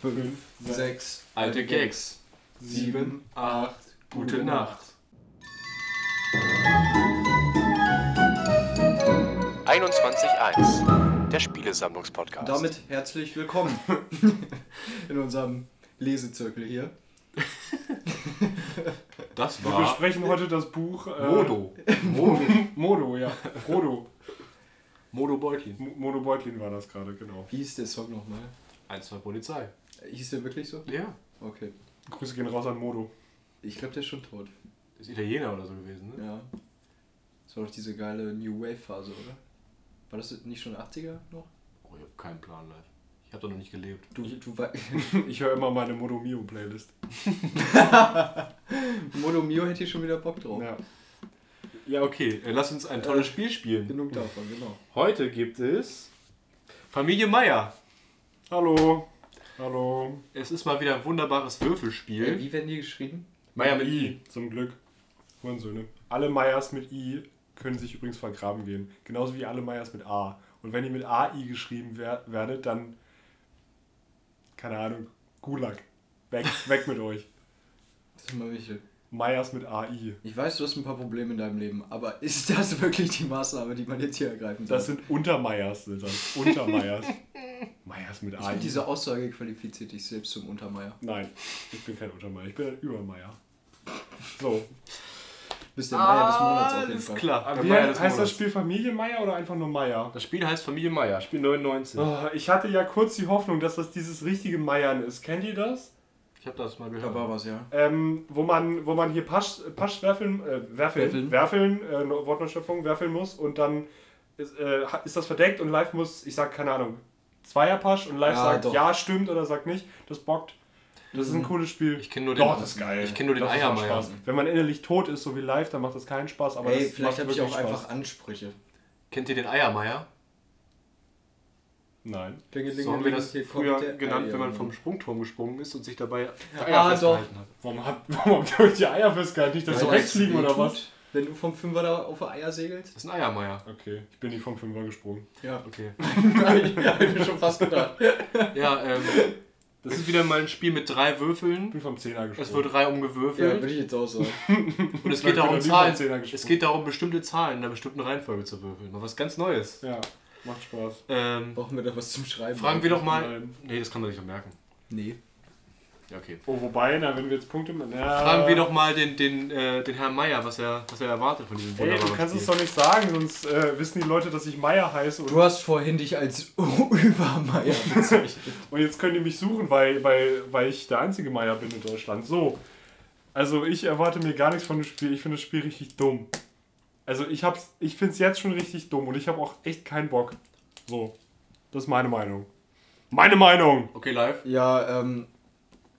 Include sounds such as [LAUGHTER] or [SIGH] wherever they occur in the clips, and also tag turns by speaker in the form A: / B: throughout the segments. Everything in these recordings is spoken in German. A: fünf, sechs, alte Keks, sieben, acht, gute Nacht.
B: 21.1 Der
A: Und
B: Spielesammlungspodcast.
A: damit herzlich willkommen [LAUGHS] in unserem Lesezirkel hier.
C: Das
D: Wir
C: war
D: besprechen heute das Buch äh,
C: Modo. [LAUGHS]
D: Modo, ja. Frodo.
C: Modo Beutlin.
D: M- Modo Beutlin war das gerade, genau.
A: Wie hieß der Song nochmal?
C: 1 2 Polizei.
A: Hieß der wirklich so?
C: Ja.
A: Okay.
D: Grüße gehen raus an Modo. [LAUGHS]
A: Ich glaube, der ist schon tot.
C: Ist Italiener oder so gewesen, ne?
A: Ja. Das war doch diese geile New Wave Phase, oder? War das nicht schon 80er noch?
C: Oh, ich habe keinen Plan, live. Ich habe da noch nicht gelebt.
A: Du, du [LAUGHS] war.
D: Ich höre immer meine Modo Mio Playlist.
A: Modo Mio hätte hier schon wieder Bock drauf.
D: Ja.
C: Ja, okay. äh, Lass uns ein tolles Spiel spielen.
A: Genug davon, genau.
C: Heute gibt es Familie Meier.
D: Hallo. Hallo.
C: Es ist mal wieder ein wunderbares
A: Äh,
C: Würfelspiel.
A: wie werden die geschrieben?
C: Meier mit I.
D: Zum Glück. Hurensöhne. Alle Meyers mit I können sich übrigens vergraben gehen. Genauso wie alle Meyers mit A. Und wenn ihr mit AI geschrieben wer werdet, dann. Keine Ahnung. Gulag. Weg, weg mit euch.
A: Das ist immer wichtig.
D: Meyers mit AI.
A: Ich weiß, du hast ein paar Probleme in deinem Leben, aber [LAUGHS] ist das wirklich die Maßnahme, die man jetzt hier ergreifen soll?
D: Das sind Untermeyers, sind das. Untermeyers. Meyers mit
A: ich
D: AI.
A: finde, diese Aussage qualifiziert dich selbst zum Untermeier.
D: Nein, ich bin kein Untermeier, ich bin ein Übermeier. So,
A: Du bist der Meier des Monats auf jeden
C: Alles
A: Fall.
C: Ah, klar. Der
D: Äh, wie
C: Meier
D: heißt
C: des
D: das
C: Monats.
D: Spiel Familienmeier oder einfach nur Meier?
C: Das Spiel heißt Familie Meier, Spiel 99.
D: Oh, ich hatte ja kurz die Hoffnung, dass das dieses richtige Meiern ist. Kennt ihr das?
C: Ich habe das mal
A: Da
C: gehört.
A: war was, ja.
D: Ähm, wo, man, wo man hier Pasch, Paschwerfeln, äh,
A: Werfeln.
D: Werfeln, Werfeln, äh, no- Wortneuschöpfung, werfeln muss und dann ist, äh, ha- ist das verdeckt und live muss, ich sag keine Ahnung, Zweierpasch und live
A: Ja,
D: sagt
A: doch.
D: ja, stimmt oder sagt nicht. Das bockt. Das ist ein cooles Spiel.
C: Mhm. Ich kenn nur den-
D: Doch, das ist geil.
C: ich kenn nur den
D: Das macht
C: Eiermeier.
D: Spaß. Wenn man innerlich tot ist, so wie live, dann macht das keinen Spaß. Aber
A: Ey,
D: das
A: vielleicht
D: macht
A: habe ich auch
D: wirklich Spaß.
A: einfach Ansprüche.
C: Kennt ihr den Eiermeier?
D: Nein.
C: So haben wir das früher genannt, wenn man vom Sprungturm gesprungen ist und sich dabei Eier
A: Ah,
C: festgehalten hat.
D: Warum habt [LAUGHS] warum habt ihr euch die Eier festgehalten? Nicht, dass
A: Ja,
D: sie
A: so
D: wegfliegen oder was?
A: Wenn du vom Fünfer da auf der Eier segelst?
C: Das ist ein Eiermeier.
D: Okay, ich bin nicht vom Fünfer gesprungen.
A: Ja, [LAUGHS]
C: Okay.
A: habe ich mir schon fast gedacht.
C: [LAUGHS] Ja, ähm, das ist wieder mal ein Spiel mit drei
D: Ich
C: Würfeln.
D: bin vom Zehner
C: Es
D: gesprungen.
C: wird drei
A: Ja,
C: umgewürfelt
A: würde ich jetzt auch sagen.
C: und es
D: Ich bin
C: geht darum,
D: noch nie vom
C: Zahlen,
D: Zehner
C: es
D: gesprungen.
C: geht darum, bestimmte Zahlen in einer bestimmten Reihenfolge zu würfeln. Mal was ganz Neues.
D: ja, macht Spaß.
C: Ähm,
A: Brauchen wir da was zum Schreiben?
C: fragen wir doch mal.
D: Nein.
C: Nee, das kann man nicht merken.
A: Nee.
C: Ja, okay.
D: Oh, wobei, na, wenn wir jetzt Punkte... Na,
C: Fragen wir doch mal den, den, äh, den Herrn Meier, was er, was er erwartet von diesem
D: Ey, du
C: wunderbaren
D: kannst es
C: Spiel.
D: doch nicht sagen, sonst äh, wissen die Leute, dass ich Meier heiße. Und,
A: Du hast vorhin dich als [LAUGHS] Übermeier bezeichnet.
D: [LAUGHS] und jetzt können die mich suchen, weil, weil, weil ich der einzige Meier bin in Deutschland. So, also ich erwarte mir gar nichts von dem Spiel. Ich finde das Spiel richtig dumm. Also ich, hab's- ich finde es jetzt schon richtig dumm und ich habe auch echt keinen Bock. So, das ist meine Meinung. Meine Meinung!
C: Okay, live.
A: ja, ähm,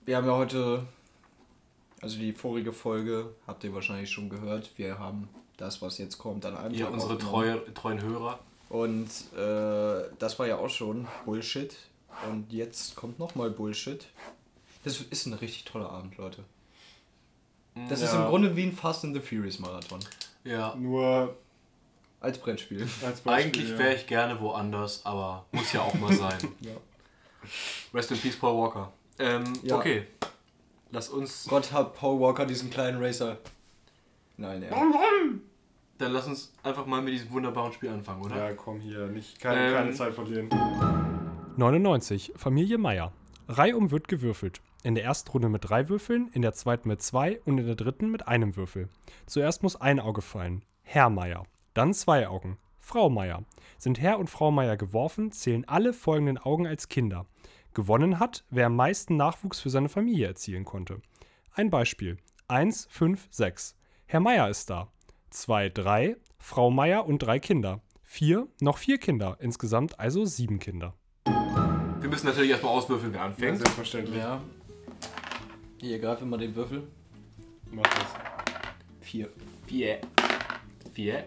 A: wir haben ja heute, also die vorige Folge habt ihr wahrscheinlich schon gehört. Wir haben das, was jetzt kommt, an einem
C: Ihr,
A: Tag
C: unsere
A: aufgenommen.
C: treue, treuen Hörer.
A: Und äh, das war ja auch schon Bullshit. Und jetzt kommt nochmal Bullshit. Das ist ein richtig toller Abend, Leute. Das ist
D: Ja.
A: im Grunde wie ein Fast and the Furious Marathon.
C: Ja.
D: Nur
A: Als Brettspiel. [LAUGHS]
D: als Beispiel.
C: Eigentlich
D: ja.
C: wäre ich gerne woanders, aber muss ja
D: [LAUGHS]
C: auch mal sein.
A: Ja.
C: Rest in Peace, Paul Walker. Ähm,
A: Ja.
C: Okay. Lass uns.
A: Gott hat Paul Walker diesen kleinen Racer. Nein, er.
C: Dann lass uns einfach mal mit diesem wunderbaren Spiel anfangen, oder?
D: Ja, komm hier, nicht, keine,
C: Ähm.
D: keine Zeit verlieren.
E: 99. Familie Meier. Reihum wird gewürfelt. In der ersten Runde mit drei Würfeln, in der zweiten mit zwei und in der dritten mit einem Würfel. Zuerst muss ein Auge fallen. Herr Meier. Dann zwei Augen. Frau Meier. Sind Herr und Frau Meier geworfen, zählen alle folgenden Augen als Kinder. Gewonnen hat, wer am meisten Nachwuchs für seine Familie erzielen konnte. Ein Beispiel. 1, 5, 6. Herr Meier ist da. 2, 3. Frau Meier und drei Kinder. 4, noch vier Kinder. Insgesamt also sieben Kinder.
C: Wir müssen natürlich erstmal auswürfeln, wer
D: Ja,
C: anfängt.
D: selbstverständlich.
A: Ja. Hier, greif immer den Würfel.
D: Mach das.
A: Vier.
C: Vier. Vier.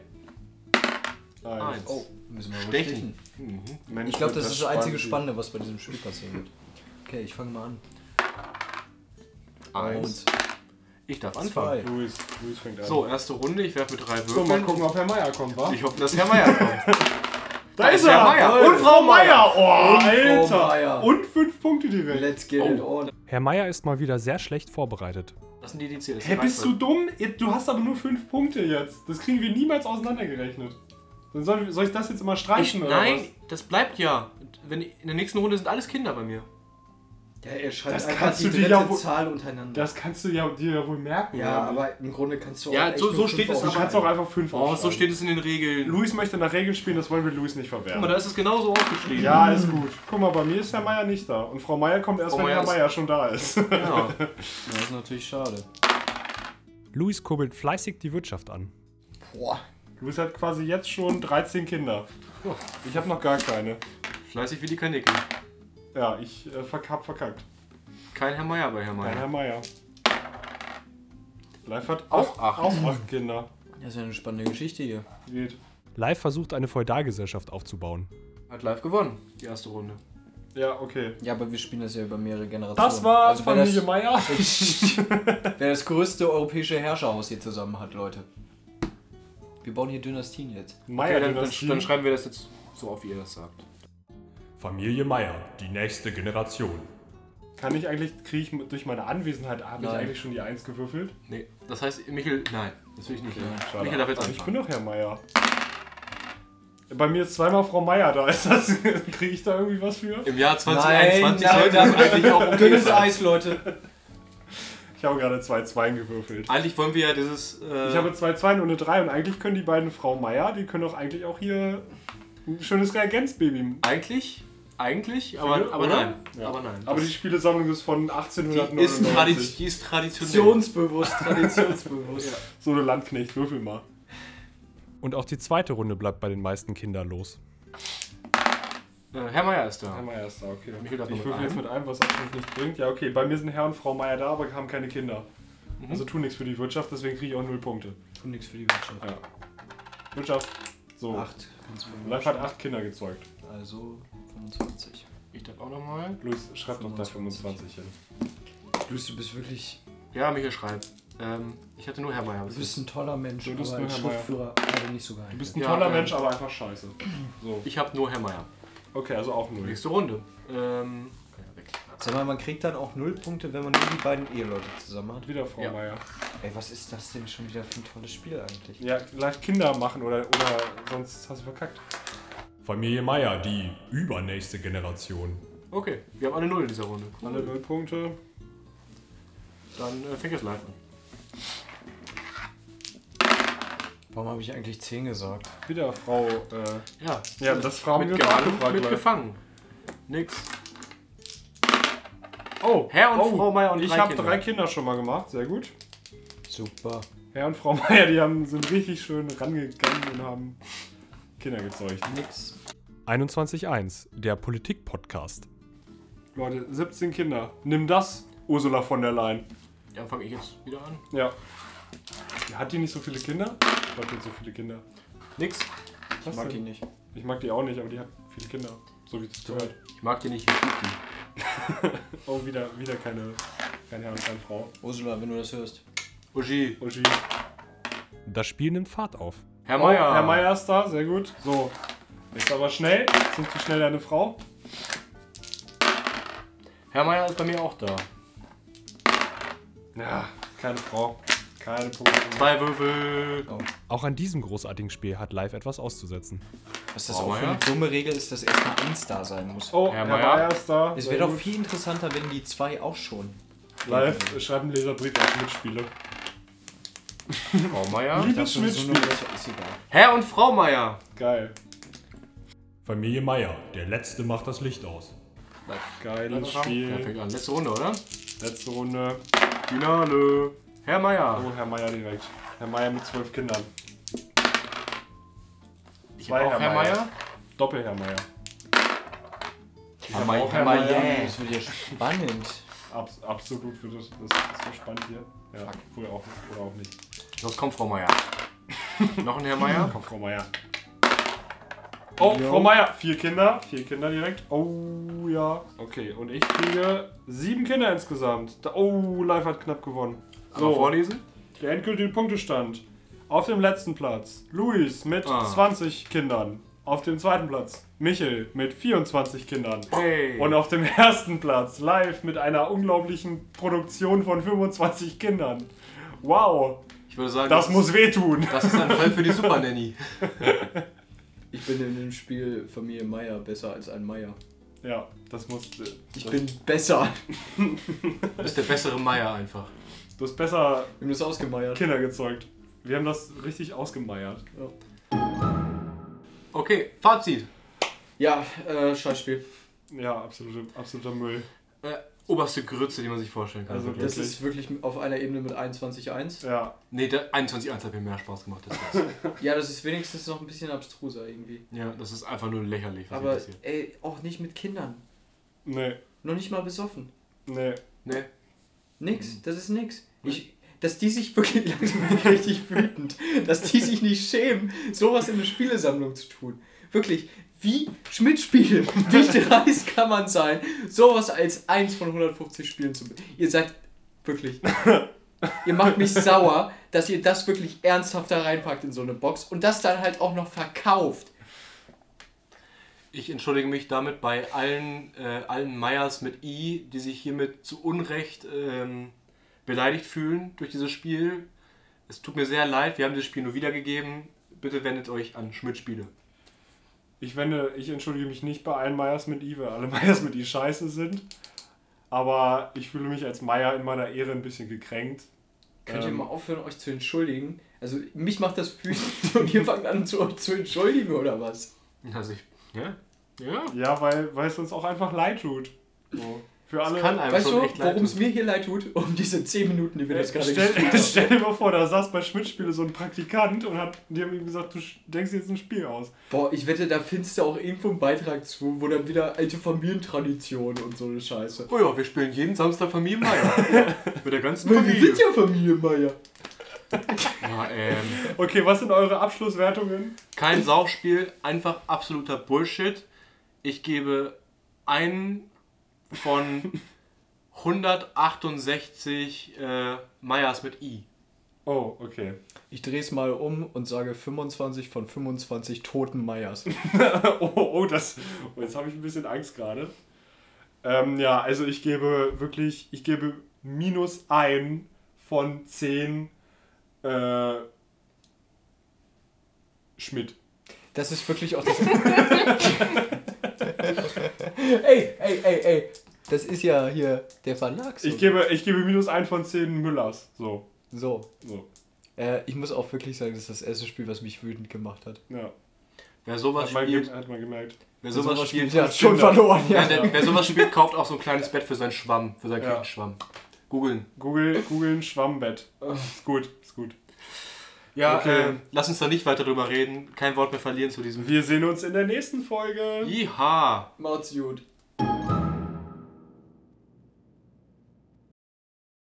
D: Eins.
C: Eins.
A: Oh, müssen wir wohl
C: Stechen.
A: stechen.
D: Mensch,
A: Ich glaube,
D: wird
A: das ist das einzige
D: spannend
A: Spannende, was bei diesem Spiel passieren wird. Okay, ich fange mal an.
C: Eins.
A: Und
C: Ich darf anfangen.
D: hier. Luis, Luis fängt an.
C: So, erste Runde. Ich werfe mit drei
D: So, mal
C: Würfeln.
D: gucken, ob Herr Meier kommt, wa? [LAUGHS]
C: ich hoffe, dass Herr Meier kommt.
D: Da ist
A: Herr
D: er!
A: Meier.
D: Und Frau Meier! Oh,
A: Und Frau
D: Alter!
A: Meier.
D: Und fünf Punkte direkt.
A: Let's get it on.
E: Herr Meier ist mal wieder sehr schlecht vorbereitet.
C: Das sind die DC. Das
D: Hä, bist du dumm? Du hast aber nur fünf Punkte jetzt. Das kriegen wir niemals auseinandergerechnet. Dann soll, soll ich das jetzt immer
C: ich,
D: streichen oder was?
C: Nein, das bleibt ja. Wenn, in der nächsten Runde sind alles Kinder bei mir.
A: Ja, er schreibt
D: Das
A: einfach
D: kannst
A: die
D: du dir
A: dritte
D: ja wohl-
A: Zahl untereinander.
D: Das kannst du ja, dir ja wohl merken.
A: ja,
D: oder nicht?
A: aber im Grunde kannst du
C: Ja,
A: echt
C: so-
A: nur
C: so
A: fünf
C: steht es
A: auf-
D: Du
C: aber-
D: kannst auch einfach fünf
C: Oh, so
D: aufschreiben.
C: steht es in den Regeln.
D: Luis möchte nach Regeln spielen, das wollen wir Luis nicht verwehren.
C: Guck mal, da ist es genauso aufgeschrieben.
D: ja, ist gut. Guck mal, bei mir ist Herr Meier nicht da. Und Frau Meier kommt erst,
C: Frau
D: wenn
C: Meier
D: Herr
C: ist-
D: Meier schon da ist.
C: Genau.
A: Ja, Das ist natürlich schade.
E: Luis kurbelt fleißig die Wirtschaft an.
A: Boah.
D: Luis hat halt quasi jetzt schon 13 Kinder. Ich habe noch gar keine.
C: [LAUGHS] Fleißig wie die Kanickel.
D: Ja, ich äh, verk- hab verkackt.
C: Kein Herr Meier bei Herr
D: Nein, Herr
C: Meier.
D: Meier. Live hat
B: Auch acht.
D: auch acht Kinder.
A: Das ist ja eine spannende Geschichte hier.
D: Geht.
E: Live versucht, eine Feudalgesellschaft aufzubauen.
C: Hat live gewonnen, die erste Runde.
D: Ja, okay.
A: Ja, aber wir spielen das ja über mehrere Generationen.
D: Das war
A: Also wer
D: Familie
A: das,
D: Meier.
A: [LAUGHS] Wer das größte europäische Herrscherhaus hier zusammen hat, Leute. Wir bauen hier Dynastien jetzt.
D: Meier,
C: dann, dann,
D: Dynastie.
C: dann schreiben wir das jetzt so auf, wie ihr das sagt.
E: Familie Meier, die nächste Generation.
D: Kann ich eigentlich, kriege ich mit- durch meine Anwesenheit, habe ich
A: Nein.
D: eigentlich schon die Eins gewürfelt?
C: Nee, das heißt, Michel, nein, das will ich nicht.
D: Schade.
C: Michael darf jetzt
D: Aber Also Ich bin doch Herr
C: anfangen.
D: Meier. Bei mir ist zweimal Frau Meier da. [LAUGHS] Ist das, kriege ich da irgendwie was für?
C: Im Jahr 2021
A: nein,
C: sollte
A: nein.
C: das eigentlich auch okay
A: Dünnes
C: sein.
A: Eis, Leute.
D: Ich habe gerade zwei Zweien gewürfelt.
C: Eigentlich wollen wir ja dieses... Äh,
D: Ich habe zwei Zweien und eine Drei und eigentlich können die beiden Frau Meier, die können doch eigentlich auch hier ein schönes Reagenzbaby.
C: eigentlich, eigentlich, aber, aber
D: oder?
C: nein.
D: Ja.
C: Aber nein.
D: Aber die Spielesammlung ist von
C: die ist, tradi
D: 1899.
C: die ist traditionell.
A: Traditionsbewusst, traditionsbewusst.
D: So eine Landknecht, würfel mal.
E: Und auch die zweite Runde bleibt bei den meisten Kindern los.
C: Äh, Herr Meier ist da.
D: Herr Meier ist da, okay.
C: Michael darf noch
D: Ich
C: mit
D: würfel jetzt
C: einem.
D: mit einem, was absolut nicht bringt. Ja, okay, bei mir sind Herr und Frau Meier da, aber haben keine Kinder.
C: Mhm.
D: Also tun nichts für die Wirtschaft, deswegen kriege ich auch null Punkte.
A: Tut nichts für die Wirtschaft.
D: Ja. Wirtschaft. So.
A: Acht. kannst du bei mir
D: Live hat acht Kinder gezeugt.
A: schreiben. Also 25.
C: Ich darf auch nochmal.
D: Luis, schreib doch da 25 hin.
A: Luis, du bist wirklich.
C: Ja, Michael schreibt. Ähm, ich hatte nur Herr Meier.
A: Du bist ein toller Mensch,
D: Du bist
A: aber
D: nur
A: als
D: Herr Meier.
A: Schriftführer leider nicht so
D: Du
A: geil.
D: bist ein
C: Ja,
D: toller
C: ähm.
D: Mensch, aber einfach scheiße. So.
C: Ich habe nur Herr Meier.
D: Okay, also auch null.
C: Nächste Runde. Ähm, ja, weg.
A: Sag mal, man kriegt dann auch null Punkte, wenn man nur die beiden Eheleute zusammen hat.
D: Wieder Frau
C: Ja.
D: Meier.
A: Ey, was ist das denn schon wieder für ein tolles Spiel eigentlich?
D: Ja, live Kinder machen oder, oder sonst hast du verkackt.
E: Familie Meier, die übernächste Generation.
C: Okay, wir haben alle Null in dieser Runde.
D: Alle null Punkte.
C: Dann äh, fängt es live an.
A: Warum habe ich eigentlich 10 gesagt?
D: Wieder Frau. Äh,
C: Ja,
D: ja, das Frau haben wir uns auch
C: mitgefangen.
D: gefragt. Live.
C: mitgefangen. Nix.
D: Oh,
C: Herr und
D: oh,
C: Frau Meier und
D: ich
C: drei
D: habe
C: Kinder.
D: drei Kinder schon mal gemacht, sehr gut.
A: Super.
D: Herr und Frau [LAUGHS] Meier, die haben sind richtig schön rangegangen und haben Kinder gezeugt.
A: Nix.
E: 21.1, der Politik-Podcast.
D: Leute, 17 Kinder. Nimm das, Ursula von der Leyen.
C: Ja, fange ich jetzt wieder an.
D: Ja. Hat die nicht so viele Kinder? Ich glaube, die hat so viele Kinder.
C: Nix.
D: Was
A: Ich mag
D: denn?
A: ihn nicht.
D: Ich mag die auch nicht, aber die hat viele Kinder. So wie es gehört.
C: Ich mag die nicht. ich lieb die.
D: Oh, wieder, wieder keine, kein Herr und keine Frau.
A: Ursula, wenn du das hörst.
C: Uschi.
D: Uschi.
E: Das Spiel nimmt Fahrt auf.
C: Herr
D: Oh,
C: Meier.
D: Herr Meier ist da, sehr gut. So. Jetzt aber schnell. Jetzt Sind zu schnell eine Frau?
C: Herr Meier ist bei mir auch da.
D: Ja, keine Frau. Keine Punkte.
C: Zwei Würfel.
E: Auch an diesem großartigen Spiel hat Live etwas auszusetzen.
A: Was das
C: Frau
A: auch für eine
C: Meier?
A: dumme Regel ist, dass erstmal eins da sein muss.
D: Oh, Herr,
C: Herr Meier.
D: Meier. ist da.
A: es
D: sehr
A: wäre doch
D: gut.
A: viel interessanter, wenn die zwei auch schon. [LAUGHS]
D: Live, äh, schreib einen Leserbrief auf Mitspiele.
C: Frau Meier.
A: Ich
D: Liebes
A: dachte sowieso nur,
D: Mitspiel.
A: das ist egal.
C: Herr und Frau Meier.
D: Geil.
E: Familie Meier, der Letzte macht das Licht aus.
D: Geiles
C: Ja,
D: Spiel.
C: fängt an. Letzte Runde, oder?
D: Letzte Runde.
C: Finale. Herr Meier.
D: Oh, Herr Meier direkt. Herr Meier mit zwölf Kindern.
C: Ich
D: zwei
C: hab auch
D: Herr
C: Herr
D: Meier.
C: Meier.
D: Doppel Herr Meier.
C: Herr Meier.
D: auch Herr Meier.
A: Das wird ja spannend.
D: Abs absolut für das, das ist so spannend hier. Ja, cool auch, oder auch nicht.
C: Los, kommt Frau Meier. [LAUGHS] Noch ein Herr Meier.
D: Komm, Frau Meier. Oh, Frau Meier. Vier Kinder. Vier Kinder direkt. Oh, ja. Okay, und ich kriege sieben Kinder insgesamt. Da, oh, Live hat knapp gewonnen.
C: So. Vorlesen.
D: Der endgültige Punktestand. Auf dem letzten Platz. Luis mit
C: Ah.
D: 20 Kindern. Auf dem zweiten Platz Michel mit 24 Kindern.
C: Hey.
D: Und auf dem [LAUGHS] ersten Platz live mit einer unglaublichen Produktion von 25 Kindern. Wow,
C: Ich würde sagen,
D: das
C: ist-
D: muss wehtun.
C: Das ist ein Fall für die Super Nanny.
A: Ich bin in dem Spiel Familie Meier besser als ein Meier.
D: Ja, das muss. äh,
A: Ich bin besser.
C: Du bist der bessere Meier einfach.
D: Du hast besser
A: Wir haben das ausgemeiert.
D: Kinder gezeugt. Wir haben das richtig ausgemeiert.
C: Okay, Fazit.
A: Ja, äh, Scheißspiel.
D: Ja, absolute, absoluter Müll.
C: Äh, oberste Grütze, die man sich vorstellen kann.
D: Also
C: Also,
A: Das
D: Wirklich?
A: ist wirklich auf einer Ebene mit 21.1.
D: Ja,
C: nee, der 21.1 hat mir mehr Spaß gemacht. Das war's.
A: Ja, das ist wenigstens noch ein bisschen abstruser irgendwie.
C: ja, das ist einfach nur lächerlich, was hier
A: Aber
C: passiert.
A: ey, auch nicht mit Kindern.
D: nee,
A: Noch nicht mal besoffen.
D: nee.
C: Nee.
A: Nix, das ist nix. Ich, dass die sich wirklich [LAUGHS] langsam bin ich richtig wütend, dass die sich nicht schämen, sowas in eine Spielesammlung zu tun. Wirklich, wie Schmidt-Spiele, [LAUGHS] wie dreist kann man sein, sowas als eins von 150 Spielen zu. Ihr seid wirklich. Ihr macht mich sauer, dass ihr das wirklich ernsthaft da reinpackt in so eine Box und das dann halt auch noch verkauft.
C: Ich entschuldige mich damit bei allen, äh, allen Meyers mit I, die sich hiermit zu Unrecht ähm, beleidigt fühlen durch dieses Spiel. Es tut mir sehr leid, wir haben dieses Spiel nur wiedergegeben. Bitte wendet euch an Schmidt-Spiele.
D: Ich wende, ich entschuldige mich nicht bei allen Meyers mit I, weil alle [LAUGHS] Meyers mit I scheiße sind. Aber ich fühle mich als Meyer in meiner Ehre ein bisschen gekränkt.
A: Könnt ihr
D: Ähm.
A: mal aufhören, euch zu entschuldigen? Also, mich macht das wütend [LAUGHS] und ihr fangt an, zu euch zu entschuldigen oder was?
C: Also ich, ja? Ja.
D: Ja, weil, weil es uns auch einfach leid tut. So. Für alle.
C: Das kann einem
A: Weißt
C: schon
A: du,
C: echt leid
A: worum es
C: tun.
A: mir hier leid tut? Um diese 10 Minuten, die wir das gerade
D: stell,
A: gespielt haben.
D: [LAUGHS] stell dir mal vor, da saß bei Schmidt-Spiele so ein Praktikant und hat, die haben ihm gesagt, du sch- denkst dir jetzt ein Spiel aus.
A: Boah, ich wette, da findest du auch irgendwo einen Beitrag zu, wo dann wieder alte Familientraditionen und so eine Scheiße.
C: Oh ja, wir spielen jeden Samstag Familie Meier. mit der ganzen
A: Weil wir
C: Familie.
A: sind ja Familie Meier.
C: Ja, ähm,
D: Okay, was sind eure Abschlusswertungen?
C: kein Sauchspiel, einfach absoluter Bullshit. Ich gebe einen von 168 äh, Meyers mit I.
D: Oh, okay.
A: Ich dreh's mal um und sage 25 von 25 toten Meiers.
D: [LAUGHS] Oh, oh, das. oh, Jetzt habe ich ein bisschen Angst gerade. Ähm, ja, also ich gebe wirklich, ich gebe minus ein von zehn äh, Schmidt.
A: Das ist wirklich auch das. [LAUGHS] ey, ey, ey, ey. Das ist ja hier der Verlag.
D: Ich gebe, ich gebe minus ein von zehn Müllers. So.
A: So.
D: so.
A: Äh, ich muss auch wirklich sagen, das ist das erste Spiel, was mich wütend gemacht hat.
D: Ja.
C: Wer sowas
D: Hat man, ge-
C: spielt,
D: hat man gemerkt.
C: wer sowas spielt,
A: ja, schon
D: Kinder.
A: verloren, ja.
C: ja, der, wer sowas spielt, kauft auch so ein kleines Bett für seinen Schwamm, für seinen
D: Ja.
C: Küchenschwamm. Googeln.
D: Google, googeln Schwammbett. Ist gut, ist gut.
C: Ja,
D: Okay.
C: äh, lass uns da nicht weiter drüber reden. Kein Wort mehr verlieren zu diesem.
D: Wir sehen uns in der nächsten Folge.
C: Iha!
A: Macht's gut.